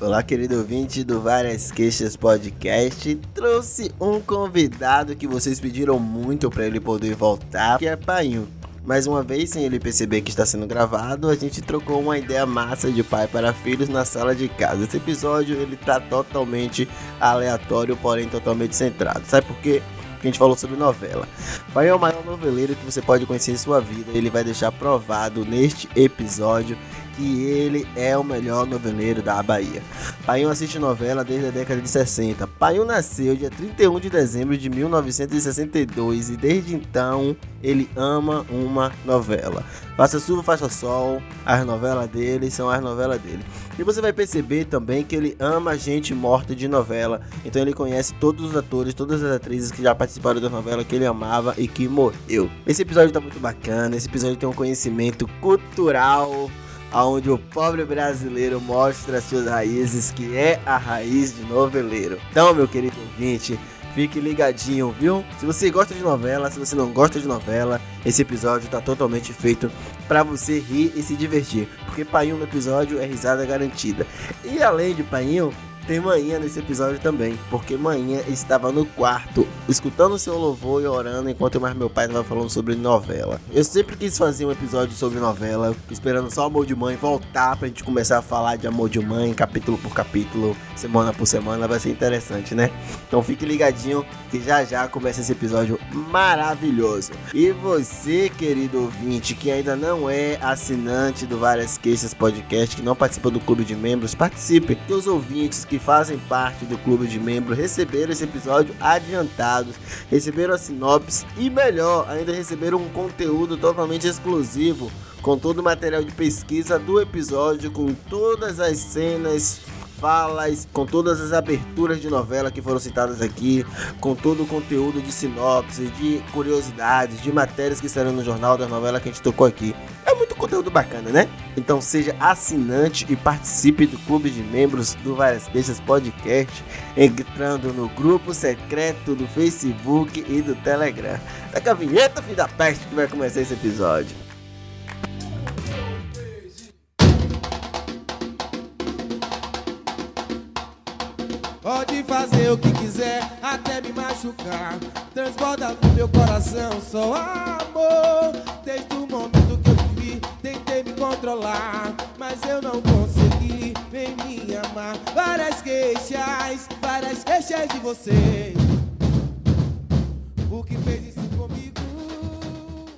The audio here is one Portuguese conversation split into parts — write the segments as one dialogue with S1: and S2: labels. S1: Olá, querido ouvinte do Várias Queixas Podcast. Trouxe um convidado que vocês pediram muito para ele poder voltar, que é Painho. Mais uma vez, sem ele perceber que está sendo gravado, a gente trocou uma ideia massa de pai para filhos na sala de casa. Esse episódio ele tá totalmente aleatório, porém totalmente centrado. Sabe por quê? Porque a gente falou sobre novela. Pai é o maior noveleiro que você pode conhecer em sua vida. Ele vai deixar provado neste episódio que ele é o melhor noveleiro da Bahia. Paião assiste novela desde a década de 60. Paião nasceu dia 31 de dezembro de 1962 e desde então ele ama uma novela. Faça chuva, faça sol, as novelas dele são as novelas dele. E você vai perceber também que ele ama gente morta de novela. Então ele conhece todos os atores, todas as atrizes que já participaram da novela que ele amava e que morreu. Esse episódio tá muito bacana, esse episódio tem um conhecimento cultural aonde o pobre brasileiro mostra suas raízes, que é a raiz de noveleiro. Então, meu querido ouvinte, fique ligadinho, viu? Se você gosta de novela, se você não gosta de novela, esse episódio tá totalmente feito para você rir e se divertir, porque painho no episódio é risada garantida. E além de painho, tem manhã nesse episódio também, porque manhã estava no quarto, escutando o seu louvor e orando enquanto mais meu pai estava falando sobre novela. Eu sempre quis fazer um episódio sobre novela, esperando só Amor de Mãe voltar pra gente começar a falar de Amor de Mãe, capítulo por capítulo, semana por semana, vai ser interessante, né? Então fique ligadinho que já já começa esse episódio maravilhoso. E você, querido ouvinte, que ainda não é assinante do Várias Queixas Podcast, que não participa do clube de membros, participe. Que os ouvintes que fazem parte do clube de membros receberam esse episódio adiantados, receberam a sinopse e melhor, ainda receberam um conteúdo totalmente exclusivo com todo o material de pesquisa do episódio, com todas as cenas falas, com todas as aberturas de novela que foram citadas aqui, com todo o conteúdo de sinopse, de curiosidades, de matérias que serão no jornal da novela que a gente tocou aqui. É muito conteúdo bacana, né? Então seja assinante e participe do clube de membros do Várias Queixas Podcast, entrando no grupo secreto do Facebook e do Telegram. Taca a vinheta, filho da peste, que vai começar esse episódio.
S2: Pode fazer o que quiser, até me machucar. Transborda no meu coração só amor. Desde o momento que eu vivi, tentei me controlar, mas eu não consegui. Vem me amar. Várias queixas, várias queixas de você. O que fez isso comigo?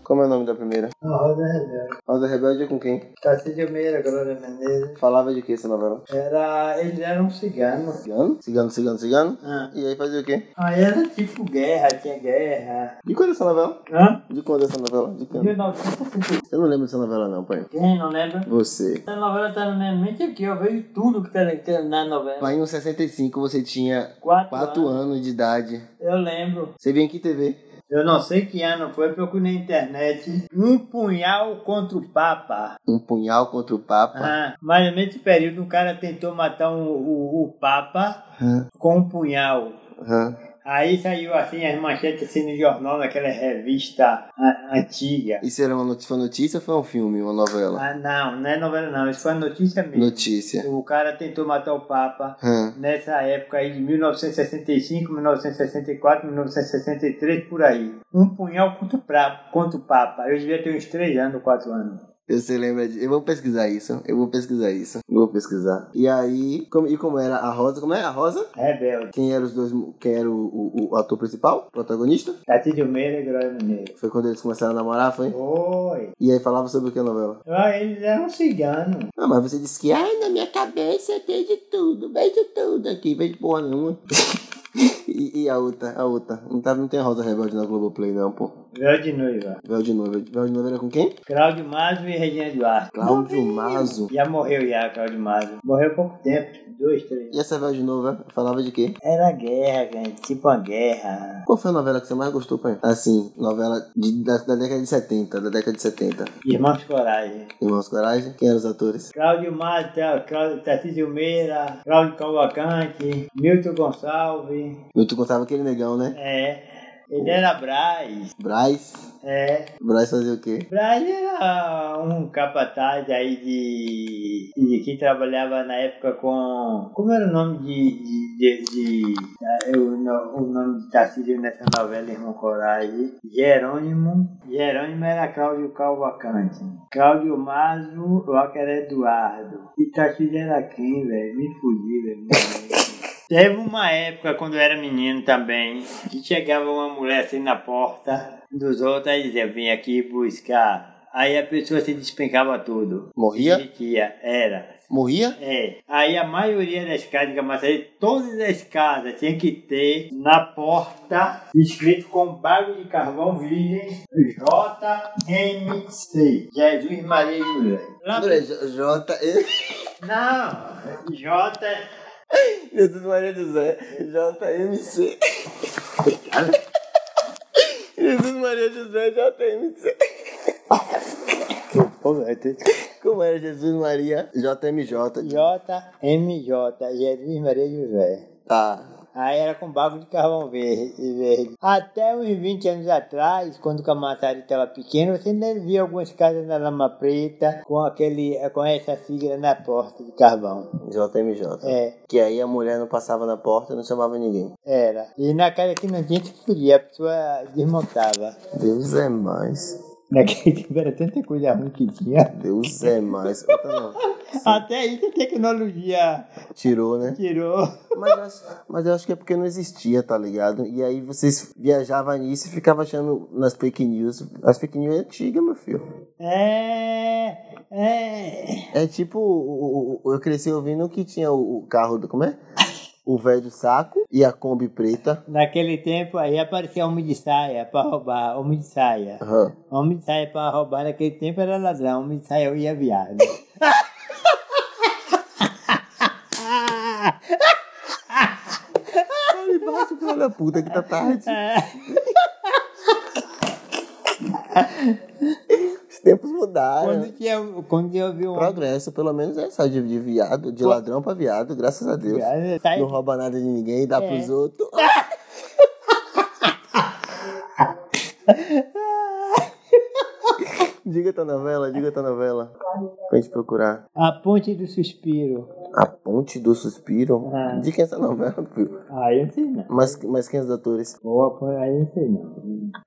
S1: Como é o nome da primeira?
S3: Uma roda rebelde.
S1: Rosa Rebelde é com quem?
S3: Tarcísio Meira, Glória Menezes.
S1: Falava de que essa novela?
S3: Era, ele era um cigano.
S1: Cigano? Cigano, cigano, cigano?
S3: Ah.
S1: E aí fazia o quê?
S3: Aí era tipo guerra, tinha guerra.
S1: De quando é essa novela?
S3: Hã?
S1: De quando é essa novela? De quando?
S3: 1950.
S1: Eu não lembro dessa novela não, pai.
S3: Quem não lembra?
S1: Você.
S3: Essa novela tá na minha mente aqui, eu vejo tudo que tá na- na novela.
S1: Pai, em um 65 você tinha
S3: Quatro,
S1: 4 anos de idade.
S3: Eu lembro.
S1: Você vinha aqui TV.
S3: Eu não sei que ano foi, procurei na internet. Um punhal contra o Papa.
S1: Um punhal contra o Papa.
S3: Ah, mas nesse período um cara tentou matar um- o, o Papa
S1: Aham.
S3: com um punhal.
S1: aham.
S3: Aí saiu assim as manchetes assim no jornal, naquela revista a- antiga.
S1: Isso era uma notícia, foi notícia ou foi um filme, uma novela?
S3: Ah, não, não é novela não, isso foi notícia mesmo.
S1: Notícia.
S3: O cara tentou matar o Papa
S1: Aham.
S3: nessa época aí de 1965, 1964, 1963, por aí. Um punhal contra o, pra, contra o Papa. Eu devia ter uns 3 anos, 4 anos.
S1: Eu Você lembra de... Eu vou pesquisar isso. Eu vou pesquisar isso. Vou pesquisar. E aí... Como, e como era a Rosa? Como é a Rosa?
S3: Rebelde.
S1: Quem era os dois... Quem era o, o, o ator principal? Protagonista?
S3: Tati de Meira e Glória Mineiro.
S1: Foi quando eles começaram a namorar, foi?
S3: Oi.
S1: E aí falava sobre o que a novela?
S3: Ah, eles eram ciganos.
S1: Ah, mas você disse que, ai, na minha cabeça tem de tudo, vejo tudo aqui, vejo porra nenhuma. e, e a outra, a outra. Não, tá, não tem a Rosa Rebelde na Globoplay, não, pô.
S3: Véu de noiva.
S1: Véu de noiva. Véu de noiva era com quem?
S3: Cláudio Mazo e Regina Duarte.
S1: Cláudio Mazo.
S3: Já morreu já, Cláudio Mazo. Morreu há pouco tempo, dois, três.
S1: E essa Véu de noiva falava de quê?
S3: Era guerra, gente, tipo uma guerra.
S1: Qual foi a novela que você mais gostou, pai? Assim, novela de- da, da década de 70, da década de 70.
S3: Irmãos Coragem.
S1: Irmãos Coragem, quem eram os atores?
S3: Cláudio Mata, Cláudio Tarcísio Meira, Cláudio Cavalcante, Milton Gonçalves.
S1: Eu tu contava aquele negão, né?
S3: É, Ele era Braz.
S1: Braz?
S3: É,
S1: Braz fazia o quê?
S3: Braz era um capataz aí de, de que trabalhava na época com. Como era o nome de. de, de, de- ah, o, no- o nome de Tarcísio nessa novela Irmão Coragem? Jerônimo. Jerônimo era Cláudio Calvacante. Cláudio Mazo, eu acho que era Eduardo. E Tarcísio era quem, velho? Me fudi, velho. Teve uma época, quando eu era menino também, que chegava uma mulher assim na porta dos outros e dizia, vem aqui buscar. Aí a pessoa se despencava tudo.
S1: Morria?
S3: Desistia, era.
S1: Morria?
S3: É. Aí a maioria das casas de Camaçari, todas as casas tinha que ter na porta escrito com bago de carvão virgem JMC. Jesus Maria e José. Lá-
S1: J. E.
S3: Não, J...
S1: Jesus Maria José. JMC. Jesus Maria José JMC. é Como era Jesus Maria JMJ?
S3: JMJ, Jesus Maria José.
S1: Tá.
S3: Aí era com bago de carvão verde, verde. Até uns 20 anos atrás, quando o Camaçari estava pequeno, você ainda via algumas casas na lama preta com, aquele, com essa sigla na porta de carvão.
S1: JMJ.
S3: É,
S1: Que aí a mulher não passava na porta e não chamava ninguém.
S3: era. E na casa que não tinha, se fudia, a pessoa desmontava.
S1: Deus é mais.
S3: Naquele tempo era tanta coisa ruim que tinha.
S1: Deus é mais. Outra não.
S3: Até isso a tecnologia
S1: Tirou, né?
S3: tirou.
S1: Mas eu, acho, mas eu acho que é porque não existia, tá ligado? E aí vocês viajavam nisso e ficavam achando nas fake news. As fake news é antiga, meu filho.
S3: É, é.
S1: É tipo, o- o- o- eu cresci ouvindo que tinha o, o carro do. Como é? O velho do saco e a Kombi preta.
S3: Naquele tempo aí aparecia homem de saia pra roubar, homem de saia.
S1: Aham.
S3: Homem de saia pra roubar naquele tempo era ladrão, homem de saia eu ia viado.
S1: Fala embaixo, filho da puta, que tá tarde. Os tempos mudaram.
S3: quando, tinha, quando eu vi um homem
S1: Progresso, pelo menos é só de, de viado, de ladrão pra viado, graças a
S3: de
S1: Deus.
S3: saia,
S1: Não
S3: saia-
S1: rouba nada de ninguém,
S3: É.
S1: dá pros outros. diga tua novela, diga tua novela. Pra gente procurar.
S3: a ponte do suspiro.
S1: A Ponte do Suspiro.
S3: Ah.
S1: Diga essa novela, filho.
S3: Ah, eu não sei não.
S1: Mas, mas quem é os atores?
S3: Boa, pô, aí eu não sei não.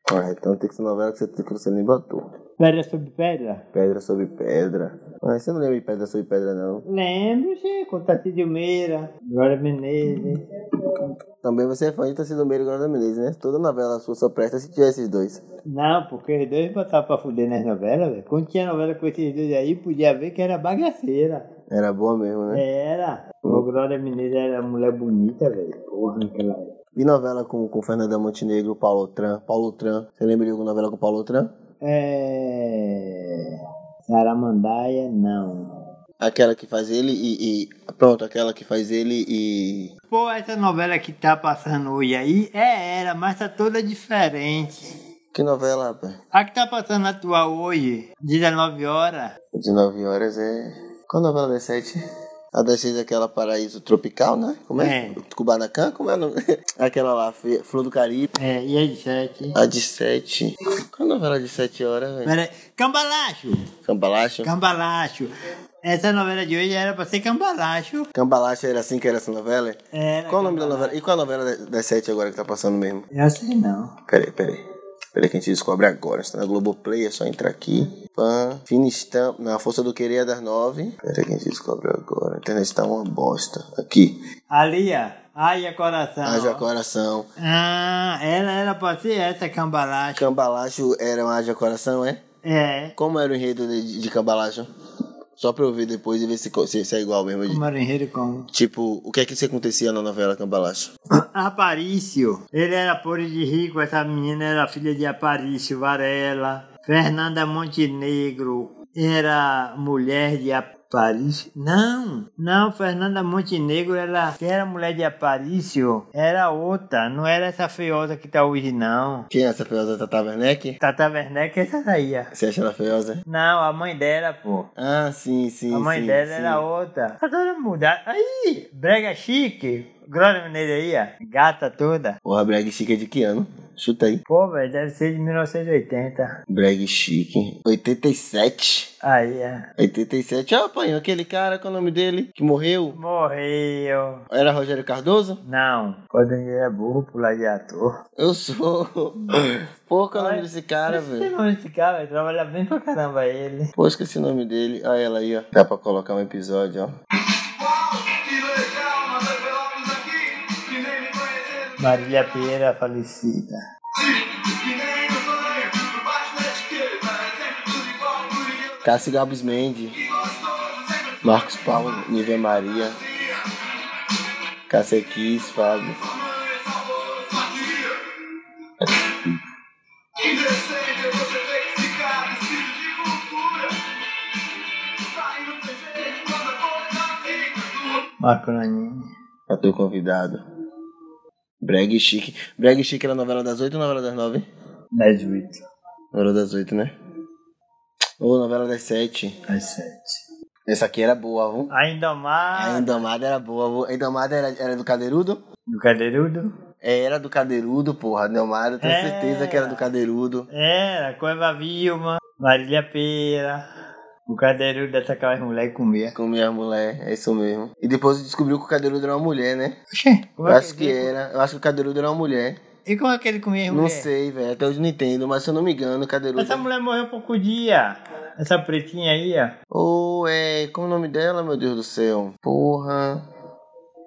S1: Ah, então tem que ser novela que você, que você lembra ator.
S3: Pedra sobre pedra?
S1: Pedra sobre pedra. Ah, você não lembra de Pedra sobre Pedra, não.
S3: Lembro, sim, com Tarcísio Meira, Glória Menezes.
S1: Também você é fã de Tarcísio Meira e Glória Menezes, né? Toda novela sua só presta se tiver esses dois.
S3: Não, porque os dois botavam pra fuder nas novelas, velho. Quando tinha novela com esses dois aí, podia ver que era bagaceira.
S1: Era boa mesmo, né?
S3: Era. O Glória Mineira era mulher bonita, velho. Porra, naquela época.
S1: E novela com, com Fernanda Montenegro, Paulo Tran. Paulo Tran. Você lembra de alguma novela com Paulo Tran?
S3: É. Saramandaia, não.
S1: Aquela que faz ele e, e- Pronto, aquela que faz ele e.
S3: Pô, essa novela que tá passando hoje aí é era, mas tá toda diferente.
S1: Que novela, rapaz?
S3: A que tá passando atual hoje, 19 horas,
S1: 19 horas é. Qual novela das 7? A das 6 é aquela Paraíso Tropical, né? Como é?
S3: É.
S1: Cubanacan? Como é o nome? Aquela lá, Fe- Flor do Caribe.
S3: é, e às 7.
S1: A de 7. Qual novela de 7 horas, velho?
S3: Pera aí. Cambalacho!
S1: Cambalacho?
S3: Cambalacho! Essa novela de hoje era pra ser Cambalacho.
S1: Cambalacho era assim que era essa novela?
S3: Era.
S1: Qual o nome da novela? E qual a novela da- das 7 agora que tá passando mesmo?
S3: Eu sei É assim, não.
S1: Peraí, peraí. Peraí que a gente descobre agora. Está na Globoplay, é só entrar aqui. Pan, Finistam, na Força do Querer é das nove. Peraí que a gente descobre agora. A internet tá uma bosta. Aqui.
S3: Ali, ó. Ai, é coração.
S1: Haja Coração.
S3: Ah, ela era pra ser essa cambalacha.
S1: Cambalacho era um Haja Coração, é?
S3: É.
S1: Como era o enredo de, de Cambalacho? Só pra eu ver depois e ver se, co- se, se é igual mesmo. de-
S3: Como era o enredo como?
S1: Tipo, o que é que se acontecia na novela Cambalacho?
S3: Aparício. Ele era pobre de rico, essa menina era filha de Aparício Varela. Fernanda Montenegro era mulher de Aparício. Não, não, Fernanda Montenegro era, que era mulher de Aparício, era outra, não era essa feiosa que tá hoje, não.
S1: Quem é essa feiosa? Tata Werneck?
S3: Tata Werneck é essa daí, ó.
S1: Você acha ela feiosa?
S3: Não, a mãe dela, pô.
S1: Ah, sim, sim,
S3: A mãe
S1: sim,
S3: dela
S1: sim.
S3: era outra. Tá toda mudada. Aí, brega chique. Glória Mineira aí, ó. Gata toda.
S1: Porra, Breg Chica é de que ano? Chuta aí.
S3: Pô, velho, deve ser de 1980.
S1: Brag chique. 87.
S3: Aí, é.
S1: 87. Ah, apanhou aquele cara, qual é o nome dele? Que morreu.
S3: Morreu.
S1: Era Rogério Cardoso?
S3: Não, Codinheiro é burro, pular de ator.
S1: Eu sou. Pô, qual é o nome
S3: Olha,
S1: desse cara,
S3: Esse
S1: velho?
S3: nome desse cara, velho, trabalha bem pra caramba ele.
S1: Pô, esqueci o nome dele. Olha ela aí, ó. Dá pra colocar um episódio, ó.
S3: Marília Pereira falecida.
S1: Cássio Gabos Mendes. Marcos Paulo, Nívia Maria. Cássia Kiss, Fábio.
S3: Marco Nanini.
S1: Ator convidado. Breg Chique. Breg Chique era novela das oito ou novela das nove?
S3: Das 8
S1: Novela das oito, né? Ou novela das sete.
S3: às 7.
S1: Essa aqui era boa, viu?
S3: Ainda mais.
S1: A Indomada era boa, viu? A Indomada era, era do Cadeirudo?
S3: Do Cadeirudo?
S1: É, Era do Cadeirudo, porra. A Indomada, eu tenho
S3: É.
S1: certeza que era do Cadeirudo.
S3: Era, Coiva É, Vilma, Marília Pereira. O Cadeirudo atacava as mulheres e comia.
S1: Com minha mulher, é isso mesmo. E depois descobriu que o Cadeirudo era uma mulher, né?
S3: Oxê,
S1: Eu
S3: como é
S1: acho que
S3: ele-
S1: era. Eu acho que o Cadeirudo era uma mulher.
S3: E como é que ele comia as
S1: Não
S3: mulheres?
S1: sei, velho. Até hoje não entendo, mas se eu não me engano, o Cadeirudo.
S3: Essa mulher morreu há pouco dia. Essa pretinha aí, ó.
S1: Ou é. Como é o nome dela, meu Deus do céu? Porra.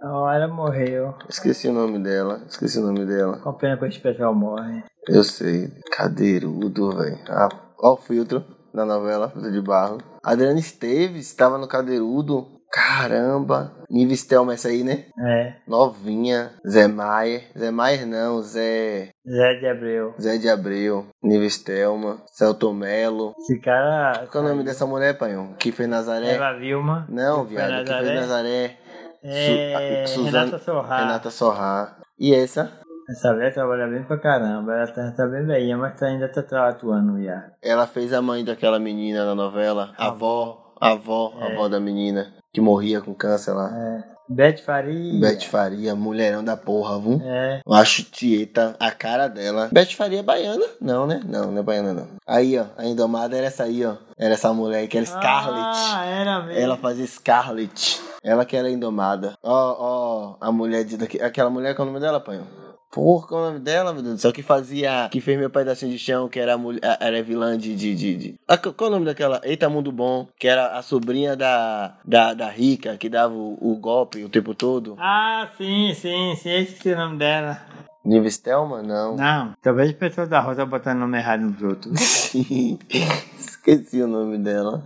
S3: Ó, ela morreu.
S1: Esqueci o nome dela. Esqueci o nome dela.
S3: Com pena que esse pessoal morre.
S1: Eu sei. Cadeirudo, velho. Ah, ó o filtro da novela, filtro de barro. Adriana Esteves estava no cadeirudo. Caramba. Nive Stelma, essa aí, né?
S3: É.
S1: Novinha. Zé Maier. Zé Maier não, Zé.
S3: Zé de Abreu.
S1: Zé de Abreu. Nive Stelma. Celto Melo.
S3: Esse cara.
S1: Qual é o nome dessa mulher, Panhão? Que fez Nazaré?
S3: Eva Vilma.
S1: Não,
S3: que foi
S1: viado. Que fez
S3: Nazaré.
S1: Nazaré.
S3: É,
S1: Su- a-
S3: Renata Sorra.
S1: Renata Sorrá. E essa?
S3: Essa velha trabalha bem pra caramba. Ela tá, tá bem velhinha, mas tá- ainda tá, tá atuando já.
S1: Ela fez a mãe daquela menina na novela. A avó. A avó. A
S3: É.
S1: avó da menina. Que morria com câncer lá.
S3: É. Beth Faria.
S1: Beth Faria, mulherão da porra, viu?
S3: É.
S1: Eu acho Tieta a cara dela. Beth Faria é baiana? Não, né? Não, não é baiana, não. Aí, ó. A Indomada era essa aí, ó. Era essa mulher aí, que era Scarlett.
S3: Ah, era mesmo.
S1: Ela fazia Scarlett. Ela que era indomada. Ó, ó, a mulher de daqui. Aquela mulher, qual é o nome dela, Panhão? Porra, qual é o nome dela, meu Deus do céu? Que fazia. Que fez meu pedacinho de chão, que era a mulher. a- Era vilã de. de, de, de- Ah, qual qual é o nome daquela? Eita Mundo Bom, que era a sobrinha da. Da, da rica, que dava o, o golpe o tempo todo.
S3: Ah, sim, sim, sim. Esse é o nome dela.
S1: Nive Stelma? Não.
S3: Não, talvez o pessoal da Rosa botando nome errado nos outros.
S1: Sim. Esqueci o nome dela.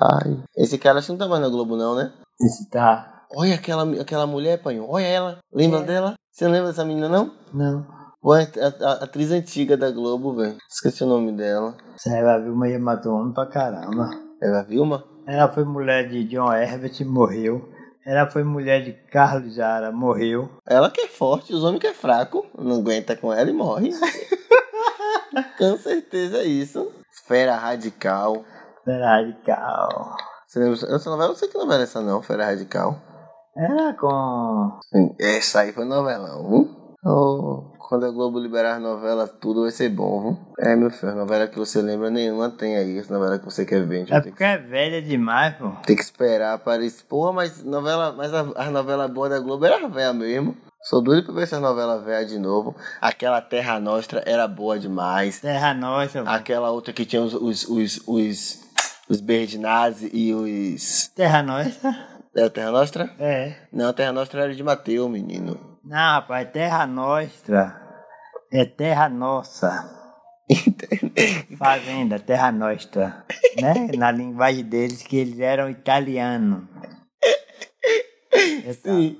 S1: Ai. Esse cara acho que não tá mais na Globo, não, né?
S3: Esse tá.
S1: Olha aquela, aquela mulher, Panhão. Olha ela. Lembra
S3: É.
S1: dela? Você não lembra dessa menina, não?
S3: Não.
S1: Pô, a, a- a atriz antiga da Globo, velho. Esqueci o nome dela.
S3: Essa Eva Vilma já matou homem pra caramba.
S1: Ela é Vilma?
S3: Ela foi mulher de John Herbert e morreu. Ela foi mulher de Carlos Jara, morreu.
S1: Ela que é forte, os homens que é fraco. Não aguenta com ela e morre. com certeza é isso. Fera Radical.
S3: Era radical.
S1: Você lembra? Essa novela, eu não sei que novela é essa não, Fera Radical.
S3: Era com.
S1: Sim, Essa aí foi novelão, viu? Oh, quando a Globo liberar as novelas, tudo vai ser bom, viu? É, meu filho, novela que você lembra nenhuma tem aí. Essa novela que você quer ver, a gente
S3: É
S1: vai ter que
S3: porque é velha demais, pô.
S1: Tem que esperar aparecer. Porra, mas novela. Mas a, a novela boa da Globo era véia mesmo. Sou doido pra ver essas novelas velhas de novo. Aquela Terra Nostra era boa demais.
S3: Terra Nossa, pô.
S1: Aquela outra que tinha os. os. os. os, os Berdinazzi e os.
S3: Terra Nossa?
S1: Era Terra Nostra?
S3: É.
S1: Não, Terra Nostra era de Mateu, menino.
S3: Não, rapaz, é Terra Nostra. É Terra Nossa. Fazenda, Terra Nostra. Né? Na linguagem deles, que eles eram italianos.
S1: Sim.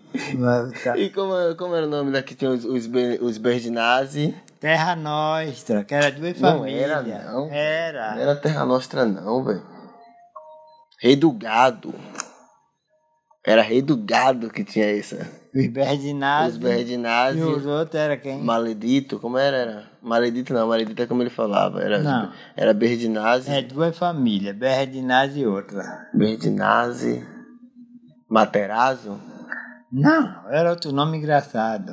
S3: Tá.
S1: E como, era- como era o nome da que tinha os, os, Be- os Berdinazzi?
S3: Terra Nostra, que era duas
S1: Não
S3: famílias.
S1: era, não.
S3: Era.
S1: Não era Terra Nostra, não, velho. Rei do Gado. Era Rei do Gado que tinha essa.
S3: Os
S1: Os
S3: Berdinazzi. E
S1: Berdinazzi.
S3: os outros era quem?
S1: Maledito, como era? era? Maledito não, Maledito é como ele falava. Era,
S3: Não.
S1: era Berdinazzi.
S3: É duas famílias, Berdinazzi e outra.
S1: Berdinazzi. Materazzo.
S3: Não, era outro nome engraçado.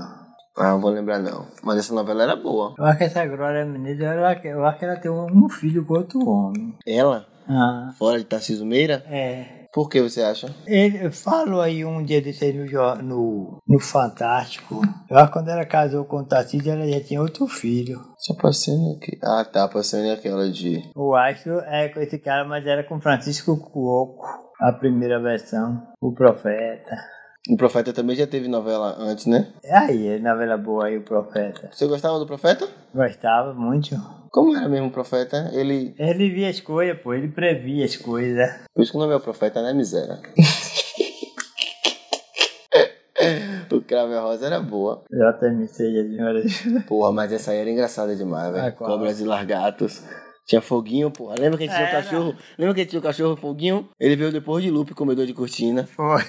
S1: Ah, não vou lembrar não. Mas essa novela era boa.
S3: Eu acho que essa Glória Menezes, eu acho que- eu acho que ela tem um filho com outro homem.
S1: Ela?
S3: Ah,
S1: Fora de Tarcísio Meira?
S3: é.
S1: Por que você acha?
S3: Ele falou aí um dia desse aí no, jo- no, no Fantástico. Eu acho que quando ela casou com o Tarcísio, ela já tinha outro filho.
S1: Só passando aqui. Ah, tá. Passando é aquela de...
S3: Eu acho é com esse cara, mas era com Francisco Cuoco, a primeira versão, o Profeta.
S1: O Um Profeta também já teve novela antes, né?
S3: É Aí, é novela boa aí, o Profeta.
S1: Você gostava do Profeta?
S3: Gostava muito.
S1: Como era mesmo o Profeta? Ele...
S3: Ele via as coisas, pô, ele previa as coisas.
S1: Por isso que o nome é o Profeta, né, miséria? o Cravo e a Rosa era boa.
S3: JMC, senhoras.
S1: Porra, mas essa aí era engraçada demais, velho.
S3: Ah, qual?
S1: Cobras e largatos. Tinha foguinho, porra. Lembra que tinha o
S3: Era.
S1: cachorro? Lembra que tinha o cachorro foguinho? Ele veio depois de Lupe, comedor de cortina.
S3: Foi.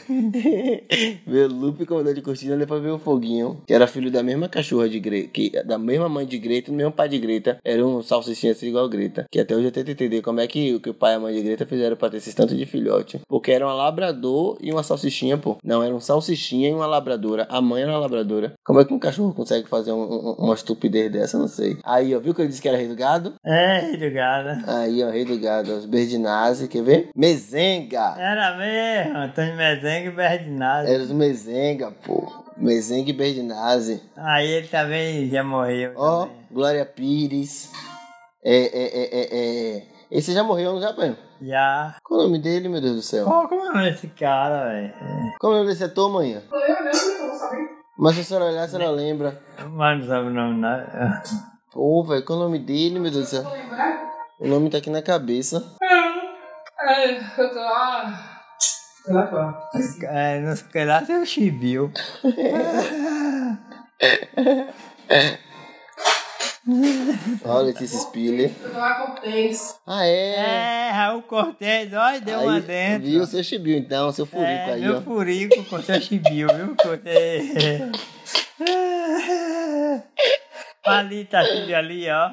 S1: veio Lupe, comedor de cortina, depois veio o foguinho. Que era filho da mesma cachorra de Greta. Que, da mesma mãe de Greta, do mesmo pai de Greta. Era um salsichinha assim igual Greta. Que até hoje eu tento entender como é que, o que o pai e a mãe de Greta fizeram pra ter esses tantos de filhote. Porque era uma labrador e uma salsichinha, pô. Não, era um salsichinha e uma labradora. A mãe era uma labradora. Como é que um cachorro consegue fazer um- um- uma estupidez dessa? Eu Não sei. Aí, ó, viu que eu disse que era rei do gado?
S3: É, do gado.
S1: Aí, ó, rei do gado, ó, os Berdinazzi, quer ver? Mezenga!
S3: Era mesmo, Antônio Mezengue e Berdinazzi.
S1: Era os Mezenga, pô. Mezenga e Berdinazzi.
S3: Aí ele também já morreu.
S1: Ó,
S3: também.
S1: Glória Pires. É, é, é, é, é. Esse já morreu, não já, pai?
S3: Já.
S1: Qual o nome dele, meu Deus do céu?
S3: Pô, como é o nome desse cara, velho?
S1: Qual o nome desse ator, manhã? Mas se a senhora olhar, a senhora
S3: Né?
S1: lembra.
S3: Mas não sabe o nome, não.
S1: Pô, velho, qual o nome dele, meu Deus do céu?
S4: né?
S1: O nome tá aqui na cabeça.
S4: Ai, eu tô. Ah. Sei lá qual.
S3: É, não sei o que lá, tem o Chibiu.
S1: Olha, Letícia Spiller.
S4: Eu tô lá com três.
S1: Ah, é.
S3: É, Raul Cortez, olha, deu uma
S1: Aí,
S3: dentro.
S1: Viu, seu chibiu, então, seu furico
S3: é,
S1: aí,
S3: meu
S1: ó.
S3: furico com seu Chibiu, viu, Cortez? ali, tá filho ali, ó.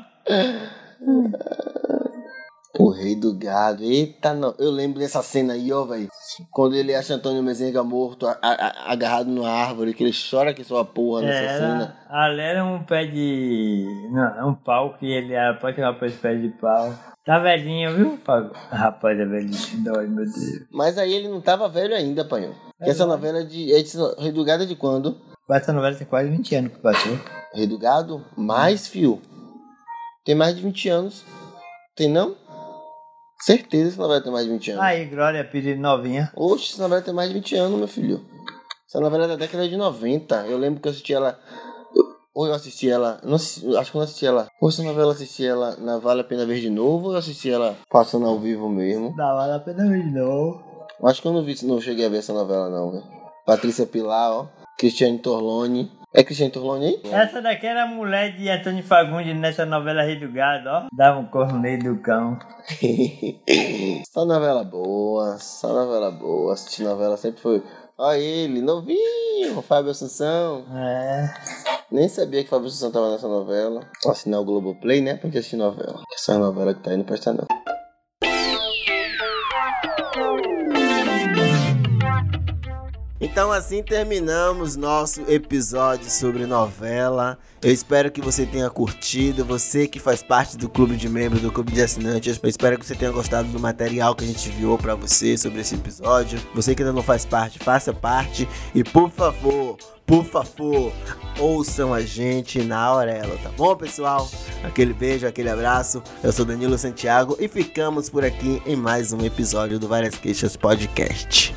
S1: O rei do gado. Eita, não. Eu lembro dessa cena aí, ó, velho. Quando ele acha Antônio Mezenga morto, a- a- a- agarrado numa árvore, que ele chora que sua porra nessa
S3: É,
S1: cena.
S3: Era, ali era um pé de. Não, é um pau que ele era, pode chamar pra esse pé de pau. Tá velhinho, viu? pau? Rapaz, é velhinho, dói, meu Deus.
S1: Mas aí ele não tava velho ainda, panhão. Que essa novela é de. É de rei do gado é de quando?
S3: Essa novela tem quase 20 anos que passou.
S1: Rei do gado? Mais fio. Tem mais de 20 anos. Tem não? Certeza que essa novela tem mais de 20 anos.
S3: Aí, Glória Pires novinha.
S1: Oxe, essa novela tem mais de 20 anos, meu filho. Essa novela é da década de 90. Eu lembro que eu assisti ela. eu- Ou eu assisti ela. Não, assi- eu acho que eu não assisti ela. Ou essa novela eu assisti ela na Vale a Pena Ver de novo, ou eu assisti ela passando ao vivo mesmo.
S3: Dá vale a pena ver de novo.
S1: Eu Acho que eu não vi, não cheguei a ver essa novela, não, velho. Patrícia Pilar, ó. Cristiane Torlone. É Cristiane Torlone aí?
S3: Essa daqui era a mulher de Antônio Fagundes nessa novela Rei do Gado, ó. Dava um corno no meio do cão.
S1: só novela boa, só novela boa. Assistir novela sempre foi. Ó ele, novinho, Fábio Assunção.
S3: É.
S1: Nem sabia que Fábio Assunção tava nessa novela. Assinar o Globoplay, né? Pra gente assistir novela. Essa novela que tá aí não presta não. Então assim terminamos nosso episódio sobre novela. Eu espero que você tenha curtido, você que faz parte do clube de membros, do clube de assinantes. Eu espero que você tenha gostado do material que a gente enviou pra você sobre esse episódio. Você que ainda não faz parte, faça parte e por favor, por favor, ouçam a gente na Aurelo, tá bom, pessoal? Aquele beijo, aquele abraço. Eu sou Danilo Santiago e ficamos por aqui em mais um episódio do Várias Queixas Podcast.